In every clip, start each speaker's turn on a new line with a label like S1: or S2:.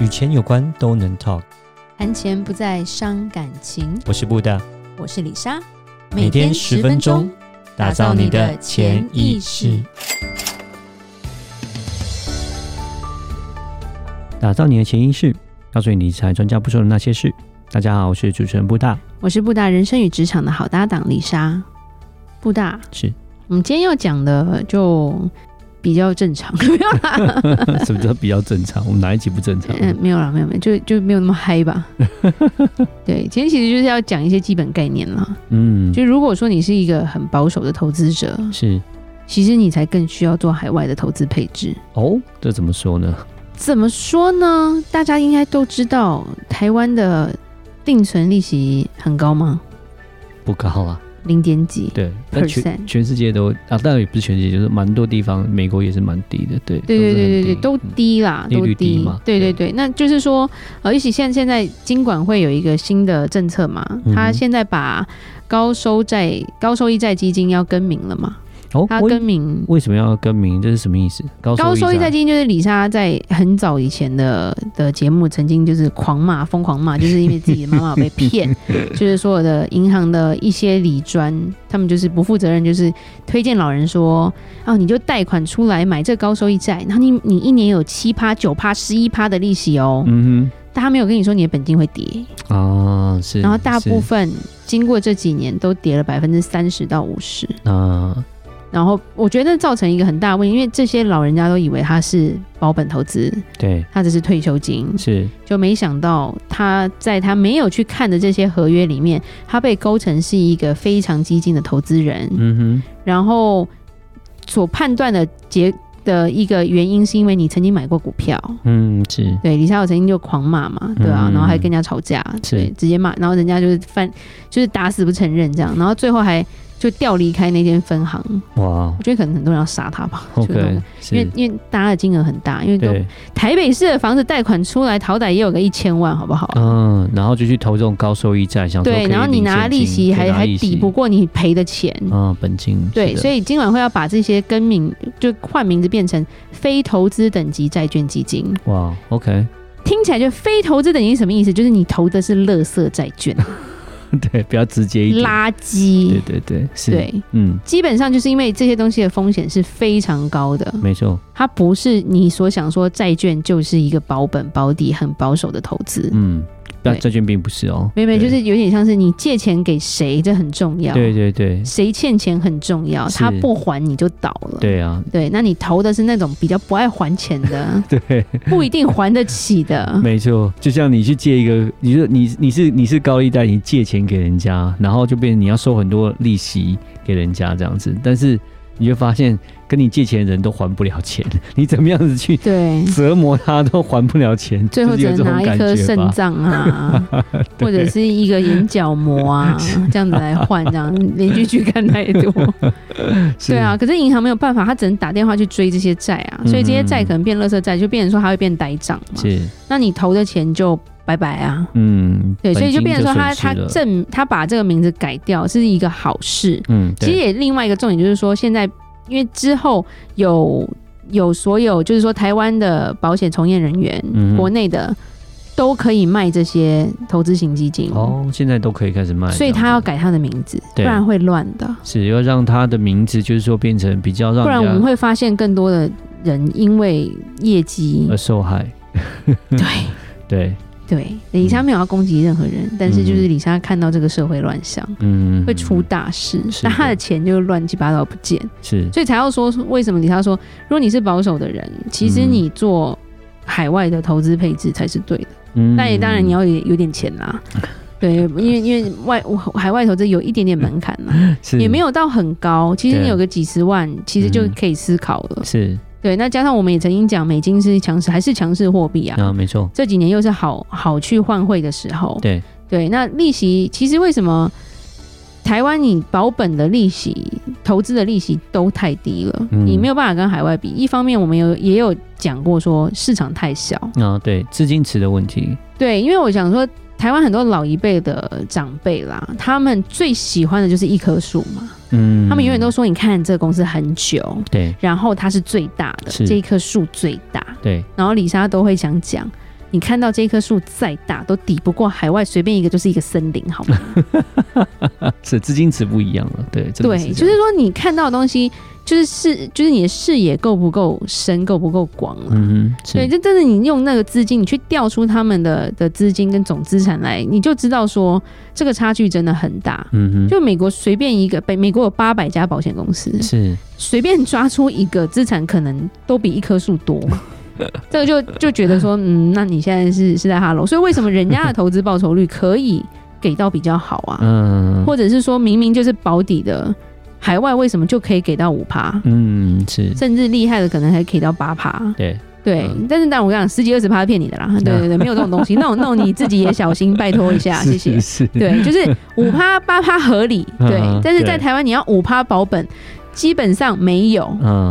S1: 与钱有关都能 talk。
S2: 谈钱不再伤感情。
S1: 我是布大，
S2: 我是李莎，
S1: 每天十分钟，打造你的潜意识，打造你的潜意识，告诉你理财专家不说的那些事。大家好，我是主持人布大，
S2: 我是布大人生与职场的好搭档丽莎。布大，
S1: 是
S2: 我们今天要讲的就比较正常， 没有 啦，
S1: 什么叫比较正常？我们哪一集不正常？
S2: 嗯，没有啦，没有没有，就就没有那么 嗨吧。对，今天其实就是要讲一些基本概念啦。
S1: 嗯，
S2: 就如果说你是一个很保守的投资者，
S1: 是
S2: 其实你才更需要做海外的投资配置。
S1: 哦，这怎么说呢？
S2: 怎么说呢？大家应该都知道，台湾的定存利息很高吗？
S1: 不高啊，
S2: 零点几？
S1: 对，但全
S2: percent
S1: 全世界都啊，当然也不是全世界，就是蛮多地方，美国也是蛮低的，对，
S2: 对对对对对，
S1: 都是很
S2: 都
S1: 低嗯
S2: 低啦，
S1: 利
S2: 都
S1: 率低
S2: 低
S1: 嘛。
S2: 对对对，那就是说，呃，而且现现在金管会有一个新的政策嘛，
S1: 嗯
S2: 它现在把高收债、高收益债基金要更名了嘛，
S1: 嗯哦，
S2: 它
S1: 我
S2: 更名。
S1: 为什么要更名？这是什么意思？高
S2: 高收益债
S1: 哦在
S2: 基金就是李莎在很早以前的的节目曾经就是狂骂、疯狂骂，就是因为自己的妈妈有被 骗，就是所有的银行的一些理专，他们就是不负责任，就是推荐老人说，哦，你就贷款出来买这高收益债，然后你你一年有七趴、九趴、十一趴的利息哦，
S1: 嗯
S2: 但他没有跟你说你的本金会跌，
S1: 哼啊是，
S2: 然后大
S1: 是
S2: 部分经过这几年都跌了百分之三十到五十，
S1: 啊
S2: 然后我觉得造成一个很大的问题，因为这些老人家都以为他是保本投资。
S1: 对
S2: 他只是退休金，
S1: 是
S2: 就没想到他在他没有去看的这些合约里面，他被勾成是一个非常激进的投资人，
S1: 嗯
S2: 然后所判断的结的一个原因是因为你曾经买过股票。
S1: 哼嗯是
S2: 对，李逍遥曾经就狂骂嘛，对啊，
S1: 嗯
S2: 然后还跟人家吵架，
S1: 是
S2: 对，直接骂，然后人家就是犯，就是打死不承认这样，然后最后还就调离开那间分行，
S1: 哇
S2: 我觉得可能很多人要杀他吧，就那种
S1: ，OK
S2: 因为
S1: 是，
S2: 因为大家的金额很大，因为都
S1: 对
S2: 台北市的房子贷款出来，好歹也有个一千万，好不好？
S1: 嗯，然后就去投这种高收益债，想说
S2: 对，
S1: 可以
S2: 然后你
S1: 领
S2: 拿
S1: 现
S2: 利
S1: 金
S2: 息
S1: 可以
S2: 还
S1: 拿
S2: 还
S1: 利
S2: 抵
S1: 息
S2: 不过你赔的钱，
S1: 啊本金，
S2: 对，所
S1: 以
S2: 以今晚会要把这些更名就换名字变成非投资等级债券基金，
S1: 哇 OK
S2: 听起来就非投资等级是什么意思？就是你投的是垃圾债券、
S1: 对，比较直接一点，
S2: 垃
S1: 对
S2: 圾，
S1: 对对是，
S2: 对，
S1: 嗯
S2: 基本上就是因为这些东西的风险是非常高的，
S1: 没错，
S2: 它不是你所想说债券就是一个保本保底很保守的投资，
S1: 嗯，但
S2: 对
S1: 债券并不是哦，
S2: 没有没有，
S1: 对
S2: 就是有点像是你借钱给谁，这很重要，
S1: 对对对
S2: 谁欠钱很重要，
S1: 是
S2: 他不还你就倒了。
S1: 对啊，
S2: 对那你投的是那种比较不爱还钱的
S1: 对。
S2: 不一定还得起的。
S1: 没错，就像你去借一个，你说你你是你是高利贷，你借钱给人家，然后就变成你要收很多利息给人家这样子，但是你就发现跟你借钱的人都还不了钱， 你怎么样子去
S2: 对，
S1: 折磨他都还不了钱，
S2: 最后
S1: 就是有
S2: 只
S1: 这
S2: 能
S1: 种
S2: 拿一
S1: 感
S2: 颗
S1: 觉
S2: 肾
S1: 吧
S2: 脏啊， 或者是一个眼角 膜啊，这样子来换，这样连续剧看太多。对啊，，可是银行没有办法，他只能打电话去追这些债啊，所以这些债可能变垃圾债，就变成说它会变呆账嘛。
S1: 嗯是是
S2: 那你投的钱就拜拜啊。
S1: 嗯，
S2: 对，所以就
S1: 本金
S2: 变成说他
S1: 损
S2: 他
S1: 失了
S2: 正他把这个名字改掉是一个好事，
S1: 嗯，
S2: 其实
S1: 对
S2: 也另外一个重点就是说，现在因为之后有有所有就是说台湾的保险从业人员，
S1: 嗯哼
S2: 国内的都可以卖这些投资型基金，
S1: 哦，现在都可以开始卖，
S2: 所以
S1: 这样
S2: 他要
S1: 子
S2: 改他的名字，不
S1: 对
S2: 然会乱的，
S1: 是要让他的名字就是说变成比较让
S2: 不然我们
S1: 人家
S2: 会发现更多的人因为业绩
S1: 而，呃受害，
S2: 对。
S1: 对，
S2: 对，李
S1: 嗯
S2: 莎没有要攻击任何人，但是就是李莎看到这个社会乱象，
S1: 嗯，
S2: 会出大事，
S1: 是
S2: 那她
S1: 的
S2: 的钱就乱七八糟不见。
S1: 是
S2: 所以才要说为什么李莎说，如果你是保守的人，其
S1: 嗯
S2: 实你做海外的投资配置才是对的。
S1: 嗯
S2: 但也当然你要有有点钱 啦，对，因为因为外海外投资有一点点门槛啦，
S1: 是
S2: 也没有到很高，其实你
S1: 嗯对
S2: 有个几十万，其实就
S1: 嗯
S2: 可以思考了。
S1: 是
S2: 对，那加上我们也曾经讲，美金是强势还是强势货币啊？
S1: 啊，没错，
S2: 这几年又是好好去换汇的时候，
S1: 对
S2: 对，那利息其实为什么台湾你保本的利息、投资的利息都太低了，
S1: 嗯
S2: 你没有办法跟海外比。一方面，我们有也有讲过说市场太小，
S1: 啊，对资金池的问题，
S2: 对，因为我想说台湾很多老一辈的长辈啦，他们最喜欢的就是一棵树嘛，
S1: 嗯，
S2: 他们永远都说你看这个公司很久。
S1: 对
S2: 然后它是最大的，
S1: 是
S2: 这一棵树最大。
S1: 对
S2: 然后李莎都会想讲，你看到这棵树再大，都抵不过海外随便一个就是一个森林，好吗？
S1: 是资金池不一样了，对， 真的
S2: 对，
S1: 这
S2: 就
S1: 样
S2: 是说你看到的东西，就是视，就是你的视野够不够深，够不够广了、
S1: 嗯哼，是
S2: 对，这真的，你用那个资金，你去调出他们的的资金跟总资产来，你就知道说这个差距真的很大。
S1: 嗯哼，
S2: 就美国随便一个，北美国有八百家保险公司，
S1: 是
S2: 随便抓出一个资产，可能都比一棵树多。 这个就就觉得说，嗯，那你现在是是在哈喽，所以为什么人家的投资报酬率可以给到比较好啊？
S1: 嗯
S2: 或者是说明明就是保底的，海外为什么就可以给到五趴，
S1: 嗯是，
S2: 甚至厉害的可能还给到八趴？
S1: 对，
S2: 对，
S1: 嗯
S2: 但是但我跟你讲，十几二十趴骗你的啦，对对对，没有这 种东西。那我那我你自己也小心，拜托一下，谢谢
S1: 是。是，
S2: 对，就是五趴八趴合理，对
S1: 嗯嗯，
S2: 但是在
S1: 对
S2: 台湾你要五趴保本，基本上没有，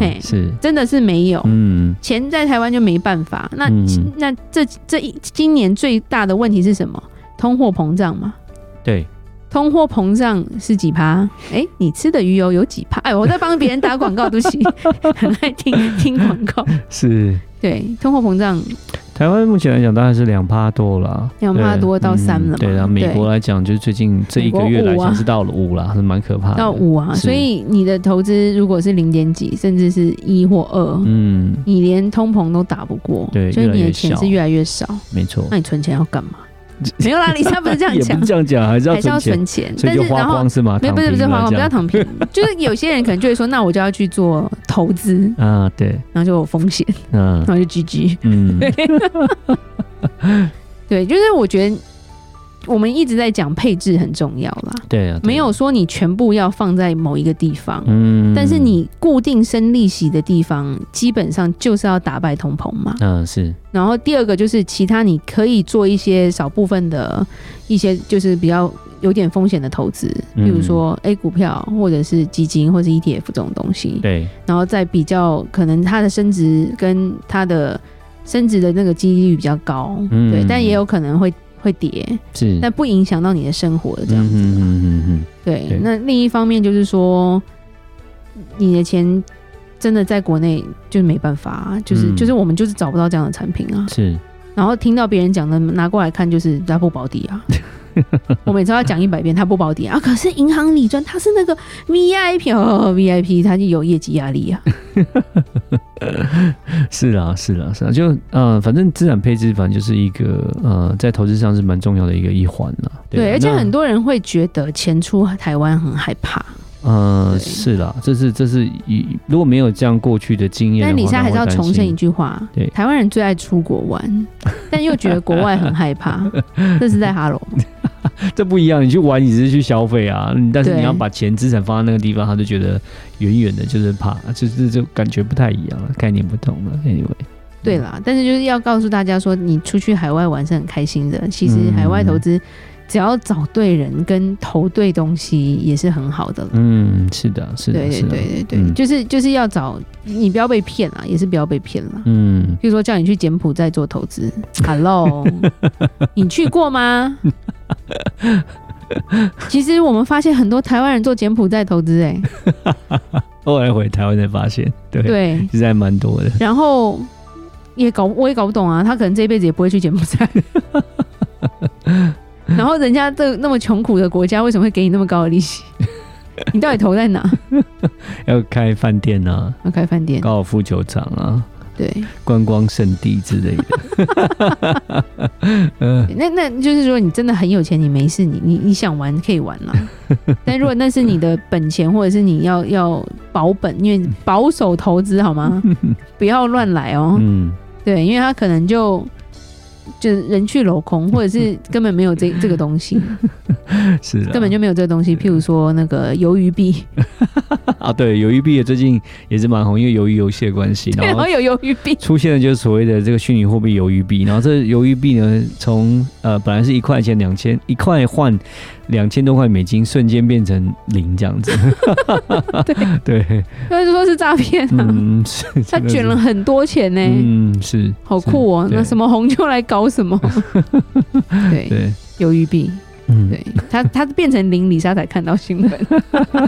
S2: 嘿
S1: 嗯是，
S2: 真的是没有。
S1: 嗯
S2: 钱在台湾就没办法。那、
S1: 嗯
S2: 那这这一今年最大的问题是什么？通货膨胀嘛。
S1: 对，
S2: 通货膨胀是几趴？哎、你吃的鱼油有几趴？哎，我在帮别人打广告，对 不起，很爱听听广告。
S1: 是。
S2: 对，通货膨胀
S1: 台湾目前来讲，大概是两趴多了，
S2: 2%多到
S1: 对嗯
S2: 3了嘛
S1: 对，然后美
S2: 对
S1: 国来讲，就是最近这一个月来讲是到了五啦，是蛮可怕的。
S2: 到，五啊，
S1: 是
S2: 所以你的投资如果是零点几，甚至是一或二、
S1: 嗯，
S2: 你连通膨都打不过，
S1: 对
S2: 所以
S1: 越来
S2: 你的
S1: 越
S2: 钱
S1: 小
S2: 是越来越少。
S1: 没错
S2: 那，你存钱要干嘛？没有啦，李莎不是这 样
S1: 也
S2: 讲
S1: 不是，这样讲，还是要
S2: 还是要
S1: 存钱，
S2: 存钱，
S1: 所
S2: 但
S1: 以
S2: 是
S1: 就
S2: 然
S1: 花
S2: 后
S1: 光是吗？
S2: 没有不是不是花
S1: 躺平
S2: 光，不要
S1: 啦
S2: 躺平。 就是有些人可能就会说，那我就要去做投资，
S1: 这样啊，对，
S2: 然后就有风险，
S1: 嗯
S2: 然后就 GG。
S1: 嗯，
S2: 对，就是我觉得我们一直在讲配置很重要啦，
S1: 对啊，对
S2: 没有，说你全部要放在某一个地方。
S1: 嗯，
S2: 但是，你固定生利息的地方，基本上就是要打败通膨嘛。
S1: 嗯，是，
S2: 然后第二个就是其他你可以做一些少部分的一些就是比较有点风险的投资，
S1: 嗯
S2: 比如说 A 股票或者是基金或者是 ETF 这种东西，
S1: 对，
S2: 然后再比较可能它的升值跟它的升值的那个几率比较高，
S1: 嗯
S2: 对，但也有可能会会跌，
S1: 是，
S2: 但不影响到你的生活这样子。
S1: 嗯嗯嗯
S2: 对
S1: 对，
S2: 那另一方面就是说，你的钱真的在国内就是没办法、啊，就是、
S1: 嗯
S2: 就是我们就是找不到这样的产品啊
S1: 嗯，。是，
S2: 然后听到别人讲的，拿过来看就是它不保底 啊。我每次要讲一百遍，它不保底啊。可是银行理专它是那个 VIP 哦，VIP 它就有业绩压力啊。
S1: 是啦，是啦，是啦，就呃，反正资产配置反正就是一个呃，在投资上是蛮重要的一个一环啦。啊
S2: 对，而且很
S1: 多
S2: 多人会觉得钱出台湾很害怕，
S1: 呃
S2: 对
S1: 是啦，这是这是以如果没有这样过去的经验的话，
S2: 但李莎还是要
S1: 那会担
S2: 重申一
S1: 心，
S2: 句话
S1: 对：
S2: 台湾人最爱出国玩， 但又觉得国外很害 怕，这是在哈喽吗？
S1: 这不一样，你去玩你只是去消费啊，嗯但是
S2: 对
S1: 你要把钱资产放在那个地方，他就觉得远远的，就是怕，啊就是就感觉不太一样了，啊概念不同了。Anyway，
S2: 对啦，但是就是要告诉大家说，你出去海外玩是很开心的。其实海外投
S1: 嗯
S2: 资，只要找对人跟投对东西，也是很好的啦。
S1: 嗯，是的，是的，
S2: 对对
S1: 是的，
S2: 对对对，
S1: 嗯
S2: 就是就是要找你不要被骗啦，也是不要被骗啦。
S1: 嗯，
S2: 比如说叫你去柬埔寨做投资，Hello，你去过吗？其实我们发现很多台湾人做柬埔寨投资、欸，哎，
S1: 后来回台湾才发现，对，
S2: 对，
S1: 其实还蛮多的。
S2: 然后也搞我也搞不懂啊，他可能这辈子也不会去柬埔寨。然后人家这那么穷苦的国家，为什么会给你那么高的利息？你到底投在哪？
S1: 要开饭店啊，
S2: 要开饭店，
S1: 高尔夫球场啊，
S2: 对，
S1: 观光圣地之类的。
S2: 那那就是说你真的很有钱，你没事，你你你想玩可以玩 啦、但如果那是你的本钱，或者是你要要保本，因为保守投资 好吗？不要乱来哦。
S1: 嗯，
S2: 对，因为他可能就就人去楼空，或者是根本没有这这个东西，
S1: 嗯是啊的，
S2: 根本就没有这个东西。譬如说那个鱿鱼币，
S1: 啊，对，鱿鱼币也最近也是蛮红，因为鱿鱼游戏的关系，然
S2: 然
S1: 后
S2: 后 有鱿鱼币，
S1: 出现的就是所谓的这个虚拟货币鱿鱼币，然后这鱿鱼币呢，从呃本来是一块钱两千一块换两千多块美金，瞬间变成零这样子。对对，
S2: 他就说是诈骗啊，
S1: 嗯，是
S2: 他卷了，
S1: 真的是
S2: 很多钱呢、
S1: 嗯，是
S2: 好酷哦、
S1: 是对
S2: 那什么红就来搞 什么，对，
S1: 对，
S2: 鱿鱼币。
S1: 嗯，
S2: 对他，他变成零，李莎才看到新闻，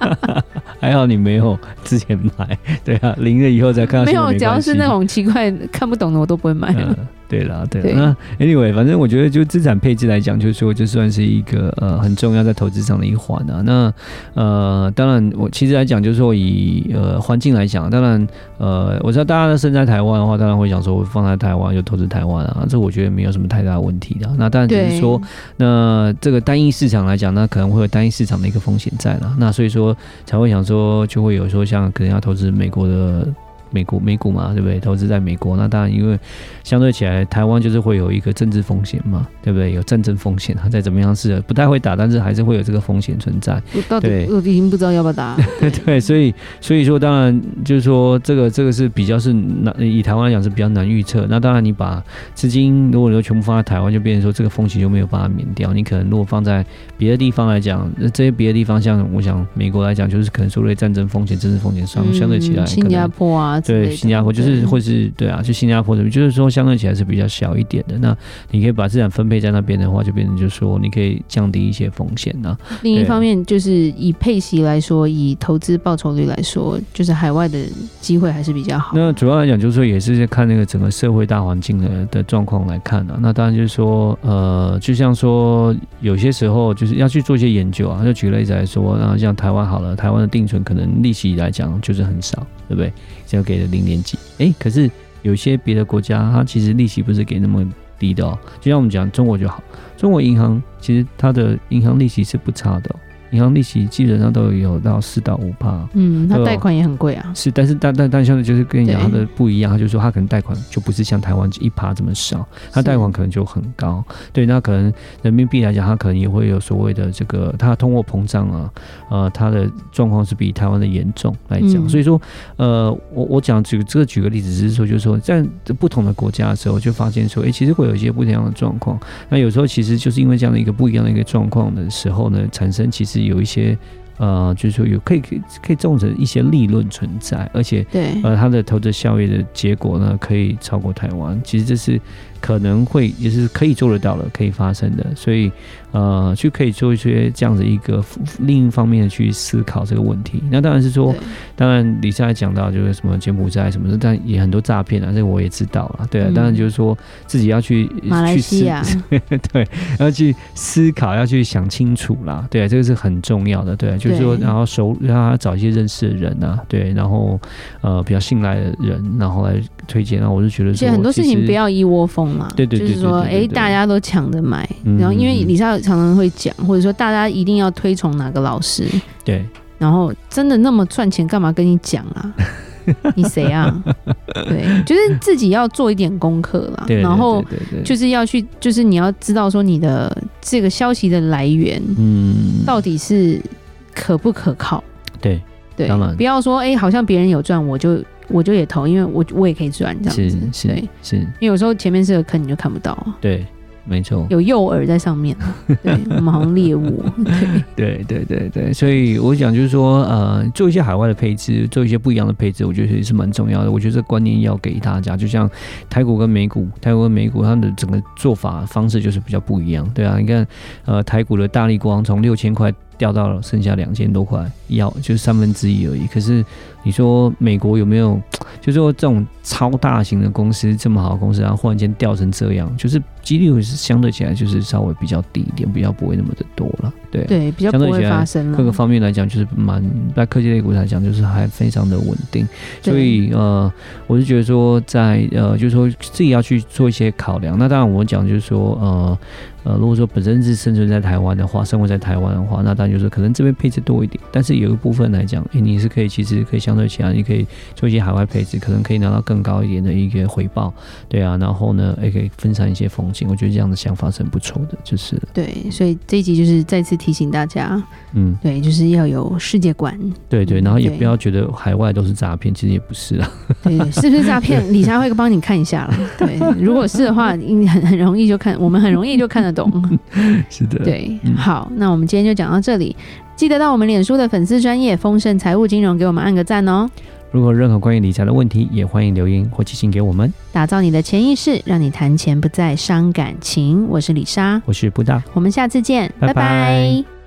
S1: 还好你没有之前买，对啊，零了以后才看到
S2: 没
S1: 新闻
S2: 有，只要是那
S1: 关系。
S2: 种奇怪看不懂的，我都不会买。
S1: 嗯，对啦，对
S2: 对
S1: 啦。那 anyway，反正我觉得就资产配置来讲，就是说这算是一个呃很重要在投资上的一环啊。那呃，当然我其实来讲，就是说以呃环境来讲，当然呃我知道大家身在台湾的话，当然会想说我放在台湾就投资台湾啊，这我觉得没有什么太大的问题的啊。那当然只
S2: 对，
S1: 是说那这个单一市场来讲，那可能会有单一市场的一个风险在啦。那所以说才会想说，就会有说像可能要投资美国的美国美股嘛，对不对？投资在美国，那当然因为相对起来，台湾就是会有一个政治风险嘛，对不对？有战争风险啊，再怎么样是不太会打，但是还是会有这个风险存在。
S2: 我到底
S1: 对
S2: 我已经不知道要不要 打。
S1: 对，所以所以说，当然就是说，这个这个是比较是难，以台湾来讲是比较难预测。那当然，你把资金如果你都全部放在台湾，就变成说这个风险就没有办法免掉。你可能如果放在别的地方来讲，呃这些别的地方像我想美国来讲，就是可能所谓的战争风险、政治风险上、相对起来，
S2: 嗯新加坡啊之类的，
S1: 对，新加坡就是
S2: 对
S1: 或是对啊，就新加坡这边，就是说相对起来是比较小一点的。那你可以把资产分配在那边的话，就变成就是说你可以降低一些风险啊。
S2: 另一
S1: 对
S2: 方面，就是以配息来说，以投资报酬率来说，就是海外的机会还是比较好。
S1: 那主要来讲，就是说也是看那个整个社会大环境的的状况来看啊。那当然就是说，呃，就像说有些时候就是要去做一些研究啊。就举个例子来说，那像台湾好了，台湾的定存可能利息来讲就是很少，对不对？只要给了零点几，哎，可是有些别的国家它其实利息不是给那么低的哦。就像我们讲中国就好，中国银行其实它的银行利息是不差的哦、银行利息基本上都有到四到五帕。
S2: 嗯，它
S1: 对哦
S2: 贷款也很贵啊。
S1: 是，但是但但但相对就是跟你讲
S2: 对
S1: 它的不一样，它就是说它可能贷款就不是像台湾一趴这么少，它
S2: 是
S1: 贷款可能就很高。对，那可能人民币来讲，它可能也会有所谓的这个它通货膨胀啊，呃，它的状况是比台湾的严重来讲。
S2: 嗯
S1: 所以说，呃，我我讲举这个举个例子，只是说就是说在不同的国家的时候，就发现说，诶，其实会有一些不一样的状况。那有时候其实就是因为这样的一个不一样的一个状况的时候呢，产生其实有一些。呃，就是说有可以可以可以种成一些利润存在，而且
S2: 对，
S1: 呃它的投资效益的结果呢，可以超过台湾。其实这是可能会也是可以做得到的，可以发生的。所以呃，去可以做一些这样子一个另一方面的去思考这个问题。那当然是说
S2: 对，
S1: 当然李莎也讲到就是什么柬埔寨什么的，但也很多诈骗啊，这个我也知道了。对啊，
S2: 嗯
S1: 当然就是说自己要去
S2: 马来
S1: 去
S2: 西
S1: 思
S2: 亚
S1: 对，要去思考，要去想清楚啦，对，这个是很重要的，对，就是说，
S2: 对
S1: 然后熟，让他找一些认识的人啊，对，然后呃比较信赖的人，然后来推荐，然后我就觉得
S2: 而
S1: 说，
S2: 且很多事
S1: 其
S2: 情
S1: 实
S2: 不要一窝蜂嘛，
S1: 对对对
S2: 就是
S1: 对
S2: 说，
S1: 对对
S2: 哎，
S1: 对
S2: 大家都抢着买，
S1: 嗯
S2: 然后因为
S1: 嗯嗯
S2: 李莎常常会讲，或者说大家一定要推崇哪个老师，
S1: 对，
S2: 然后真的那么赚钱，干嘛跟你讲 啊？你谁啊？对，就是自己要做一点功课啦，
S1: 对，
S2: 然后
S1: 对对对对
S2: 就是要去，就是你要知道说你的这个消息的来源
S1: 嗯，
S2: 到底是可不可靠。
S1: 对
S2: 对
S1: 当然，
S2: 不要说哎、诶好像别人有赚，我就我就也投，因为我我也可以赚这样
S1: 是
S2: 子。对，
S1: 是
S2: 因
S1: 是，
S2: 为有时候前面是个坑，你就看不到啊，
S1: 对，没错，
S2: 有诱饵在上面啊。对，我们好像 猎物。对，
S1: 对对对对，所以我想就是说，呃，做一些海外的配置，做一些不一样的配置，我觉得也是蛮重要的。我觉得这观念要给大家，就像台股跟美股，台股跟美股它的整个做法方式就是比较不一样，对啊，你看，呃，台股的大力光从六千块。掉到了剩下两千多块，要就是三分之一而已。可是你说美国有没有，就是说这种超大型的公司，这么好的公司，然后忽然间掉成这样，就是几率是相对起来就是稍微比较低一点，比较不会那么的多了。对啊
S2: 对，比较
S1: 相
S2: 不
S1: 对
S2: 会
S1: 起来
S2: 发生
S1: 各个
S2: 了。
S1: 方面来讲，就是蛮在科技类股来讲，就是还非常的稳定。
S2: 对
S1: 所以呃，我是觉得说在，呃，就是说自己要去做一些考量。那当然，我讲就是说，呃呃，如果说本身是生存在台湾的话，生活在台湾的话，那当然就是可能这边配置多一点，但是有一部分来讲，诶你是可以其实可以相对起来，你可以做一些海外配置，可能可以拿到更高一点的一个回报，对啊。然后呢，也可以分散一些风险。我觉得这样的想法是很不错的，就是了
S2: 对，所以这一集就是再次提醒大家，
S1: 嗯，
S2: 对，就是要有世界 观。
S1: 对对，然后也
S2: 嗯对
S1: 不要觉得海外都是诈骗，其实也不是啊。
S2: 对，对是不是诈骗？李莎会帮你看一下啦。对，如果是的话，你很很容易就看，我们很容易就看 得懂。
S1: 是的，
S2: 对，
S1: 嗯
S2: 好，那我们今天就讲到这里。记得到我们脸书的粉丝专业丰盛财务金融给我们按个赞哦！
S1: 如果有任何关于理财的问题，也欢迎留言或寄信给我们。
S2: 打造你的潜意识，让你谈钱不再伤感情。我是李莎，
S1: 我是布大，
S2: 我们下次见，
S1: 拜拜
S2: 拜拜